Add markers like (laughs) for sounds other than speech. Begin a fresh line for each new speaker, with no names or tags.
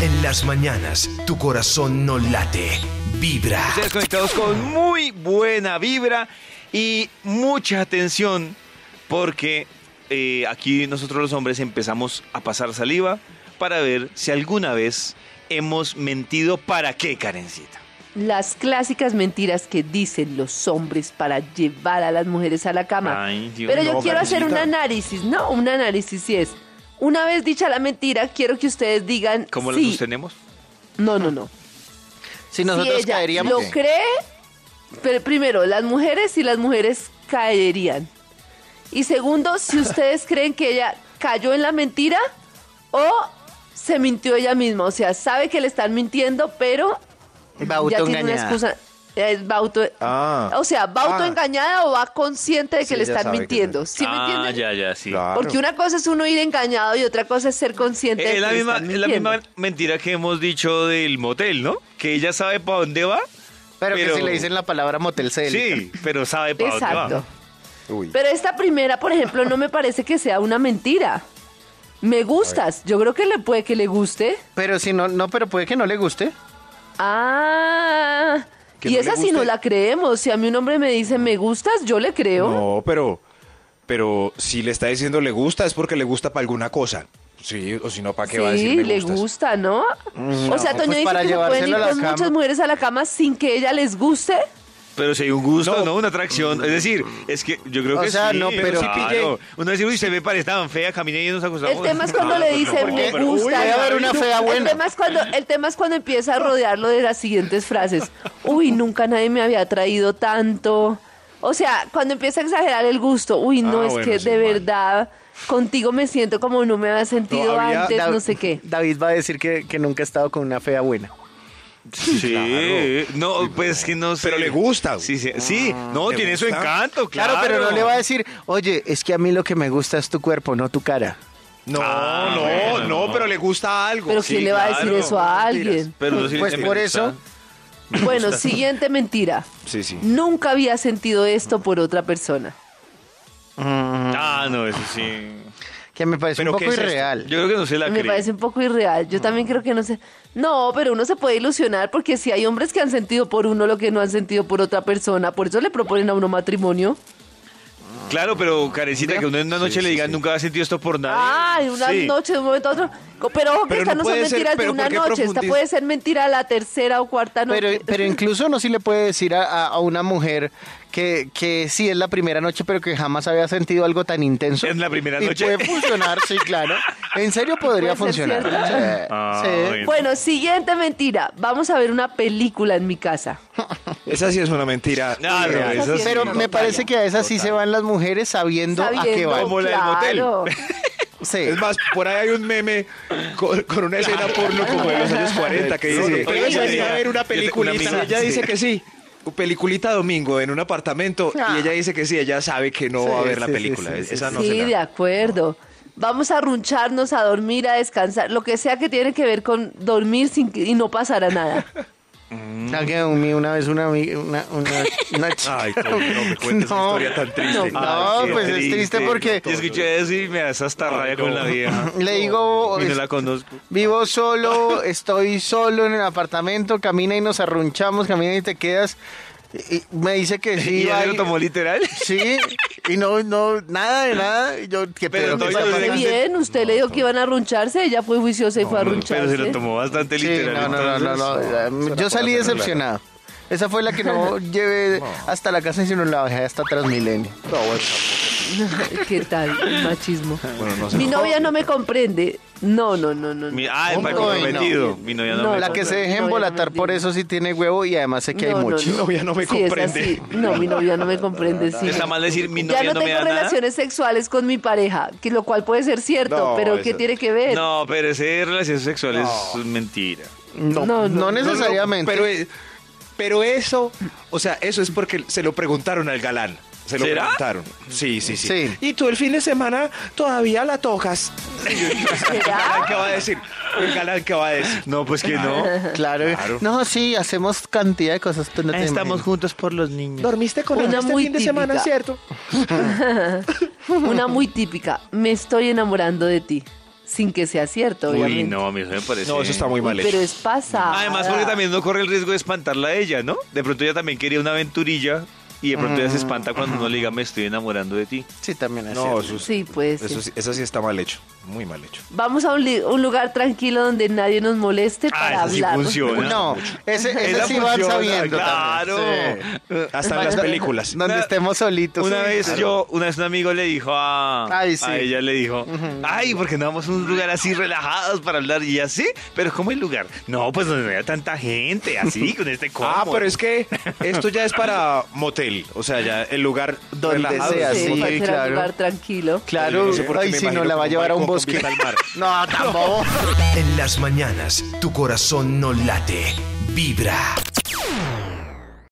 En las mañanas, tu corazón no late, vibra.
Ustedes conectados con muy buena vibra y mucha atención porque eh, aquí nosotros los hombres empezamos a pasar saliva para ver si alguna vez hemos mentido para qué, Karencita.
Las clásicas mentiras que dicen los hombres para llevar a las mujeres a la cama.
Ay, Dios,
Pero yo
no,
quiero hacer un
Karencita.
análisis, no, un análisis si es. Una vez dicha la mentira, quiero que ustedes digan
¿Cómo
sí.
los tenemos?
No, no, no.
Si
si
nosotros
ella
caeríamos.
lo
¿Qué?
cree, pero primero, las mujeres y las mujeres caerían. Y segundo,
(laughs)
si ustedes creen que ella cayó en la mentira o se mintió ella misma. O sea, sabe que le están mintiendo, pero
Va
ya tiene una
autoengañada.
excusa. Eh, va auto-
Ah.
o sea, va
Ah.
autoengañada o va consciente de que
Sí,
le
ya
están
sabe que
mintiendo.
no.
¿Sí me
ah,
entienden?
ya, ya, sí.
Claro.
Porque una cosa es uno ir engañado y otra cosa es ser consciente de
Eh, Es
que
la,
le
misma,
están
es la misma
mintiendo.
mentira que hemos dicho del motel, ¿no? Que ella sabe para dónde va.
Pero, que si le dicen la palabra motel se delita.
Sí, pero sabe para dónde va.
Exacto.
Uy.
Pero esta primera, por ejemplo, no me parece que sea una mentira. Me gustas. Yo creo que le puede que le guste.
Pero si no, no, pero puede que no le guste.
Ah.
Que
y
no le
esa sí no
guste.
la creemos. Si a mí un hombre me dice me gustas, yo le creo.
No, pero, pero si le está diciendo le gusta es porque le gusta para alguna cosa. Sí, o si no, ¿para qué
sí,
va a decir me
le
gustas"? Mm,
gusta, ¿no? o sea, Toño
no, pues
dice
para
que se pueden ir
llevárselo a la
con
cama.
muchas mujeres a la cama sin que ella les guste.
Pero si hay un gusto, ¿no?
No.
Una atracción. Es decir, es que yo creo
O
que
sea,
sí.
no, pero sí pillé.
claro. Uno dice, uy, se me parece tan fea, caminé y nos acostamos.
El tema es cuando
No,
le
pero
dicen
no,
me
pero-
gusta.
Uy, debe haber una fea
El
buena.
tema, es cuando, el tema es cuando empieza a rodearlo de las siguientes frases. Uy, nunca nadie me había traído tanto. O sea, cuando empieza a exagerar el gusto. Uy, no,
Ah,
es
bueno,
que
sí,
de
mal.
verdad contigo me siento como no me había sentido
había-
antes,
Dav-
no sé
(laughs)
qué.
David va a decir que, que nunca ha estado con una fea buena.
Sí, no, pues que no sé.
Pero le gusta.
Sí, sí, sí. no,
¿le
tiene su
gusta?
encanto, claro.
Claro, pero no le va a decir, oye, es que a mí lo que me gusta es tu cuerpo, no tu cara.
No,
Ah,
no,
bueno,
no,
no.
pero le gusta algo.
Pero
sí,
¿quién le va a decir
claro,
eso a
mentiras.
alguien?
Pero no, sí,
pues
me
por
gusta.
eso,
Bueno, siguiente mentira.
Sí, sí.
Nunca había sentido esto por otra persona.
Ah, no, eso sí.
que me parece un
¿Pero qué
poco
es esto?
irreal.
Yo creo que no se la
Me
cree.
parece un poco irreal. Yo también creo que no sé. No, pero uno se puede ilusionar porque si hay hombres que han sentido por uno lo que no han sentido por otra persona, por eso le proponen a uno matrimonio.
Claro, pero carecita que uno en una noche le digan nunca ha sentido esto por nadie.
Ay, una
Sí.
noche de un momento a otro. Co- Pero ojo que
Pero
estas
no
no, son
puede ser-
mentiras de
pero
una
¿por qué
noche. Esta
profundiz-
puede ser mentira la tercera o cuarta noche.
Pero, pero incluso no si le puede decir a, a- a una mujer que, que sí es la primera noche, pero que jamás había sentido algo tan intenso.
¿En la primera
Y
noche?
Puede funcionar, sí, claro. En serio podría
Puede ser
funcionar. Sí,
Ah,
sí.
bueno.
Bueno, siguiente mentira. Vamos a ver una película en mi casa.
Esa sí es una mentira.
Ah, no,
Irreal.
esa sí.
Pero
no,
me
total,
parece que a esas sí se van las mujeres sabiendo, a qué van.
Como la del motel.
(laughs)
claro.
Sí.
(laughs) Es más, por ahí hay un meme con, con una (laughs) escena porno como de los años 40 que
Sí.
dice,
Oye,
"Oye,
yo
salí
tenía-
a ver una
yo tengo una
peliculita.
amiga-
Y ella
sí.
dice que sí. Peliculita domingo en un apartamento
Ah.
y ella dice que sí, ella sabe que no
Sí,
va a ver la
sí, sí,
película.
sí, sí,
Esa no se
sí,
la-
de acuerdo. Vamos a runcharnos, a dormir, a descansar, lo que sea que tiene que ver con dormir sin que- y no pasará
(laughs)
nada.
Mm. Alguien a mí una vez una amiga, una, una- una chica-
Ay, Toño, no me cuentes esa historia tan triste.
No,
Ay, qué
pues es triste porque
Yo escuché eso y me das hasta rabia con la vieja.
le digo,
Y no
es-
la conozco.
vivo solo, estoy solo en el apartamento, camina y nos arrunchamos, camina y te quedas. Y- y me dice que
y
sí, va
ella lo
y-
tomó literal.
sí, y no, no, nada de nada. y yo, ¿qué
Pero
pedo?
no,
¿Qué
yo
está
le
Parece
digo-
pasando?
bien, usted le dijo que iban a runcharse, ella fue juiciosa y fue a runcharse.
Pero se lo tomó bastante
Sí,
literal.
no, no, no, no, no, eh, Yo salí decepcionado. Esa fue la que
(laughs)
no llevé hasta la casa, sino la bajé hasta Transmilenio.
(laughs) Pues ¿Qué tal? El
(laughs)
Machismo.
Bueno, no sé.
Mi novia no me comprende. No, no, no, no. no.
Mi- ah, el
Uy,
mal
no.
comprometido. Mi novia no,
No,
me
La que se deje
No, yo no me
embolatar por
entiendo.
eso sí tiene huevo y además sé que hay
No, no,
mucho.
Mi novia no me
Sí, es
comprende.
así. No, mi novia no me comprende, sí.
Está mal decir, mi novia
Ya no
no, me
tengo
da nada.
relaciones sexuales con mi pareja, que lo cual puede ser cierto,
No,
pero ¿qué
eso-
tiene que ver?
No, pero ese relación sexual es mentira.
No,
No, no,
no,
no, no,
necesariamente.
Pero, eh, pero eso, o sea, eso es porque se lo preguntaron al galán. Se lo
¿Será?
preguntaron. Sí, sí, sí,
Sí.
Y tú el fin de semana todavía la tocas. ¿El galán qué va a decir? ¿El galán qué va a decir?
No, pues que no.
claro. No, sí, hacemos cantidad de cosas. tú no te imaginas.
juntos por los niños.
¿Dormiste con
Una
él este
muy
fin de semana,
típica.
cierto?
Una muy típica. Me estoy enamorando de ti. sin que sea cierto,
Uy,
obviamente.
no, a mí eso me parece.
No, eso está muy
Uy,
mal
pero
hecho.
es pasada.
Además, porque también no corre el riesgo de espantarla a ella, ¿no? De pronto ella también quería una aventurilla y de pronto ella
Mm.
se espanta cuando uno le diga, me estoy enamorando de ti.
Sí, también es
No,
cierto.
eso, es-
Sí, pues.
eso, sí- eso sí está mal hecho. Muy mal hecho.
Vamos a un, li- un lugar tranquilo donde nadie nos moleste
Ah,
para
esa sí
hablar.
funciona.
No, ese, ese
Esa
sí van
funciona,
sabiendo.
Claro.
también, sí.
Eh,
Hasta en las películas.
(laughs) Donde
Una-
estemos solitos.
Una
Sí,
vez
claro.
yo, una vez un amigo le dijo a,
Ay, sí.
a ella, le dijo, ay, porque no vamos a un lugar así relajados para hablar y así, pero ¿cómo el lugar? No, pues donde no haya tanta gente,
(laughs)
así, con este combo.
Ah, pero es que esto ya es para motel. O sea, ya el lugar
Donde
relajado
sea,
es
sí,
sí,
motel.
para hacer
claro.
un lugar tranquilo.
Claro,
No sé por qué
ay,
me
si no,
imagino
la
como
va a
un
llevar a un
balcón con
bosque.
vista al mar.
(laughs) No,
(laughs)
tampoco.
En las mañanas, tu corazón no late, vibra.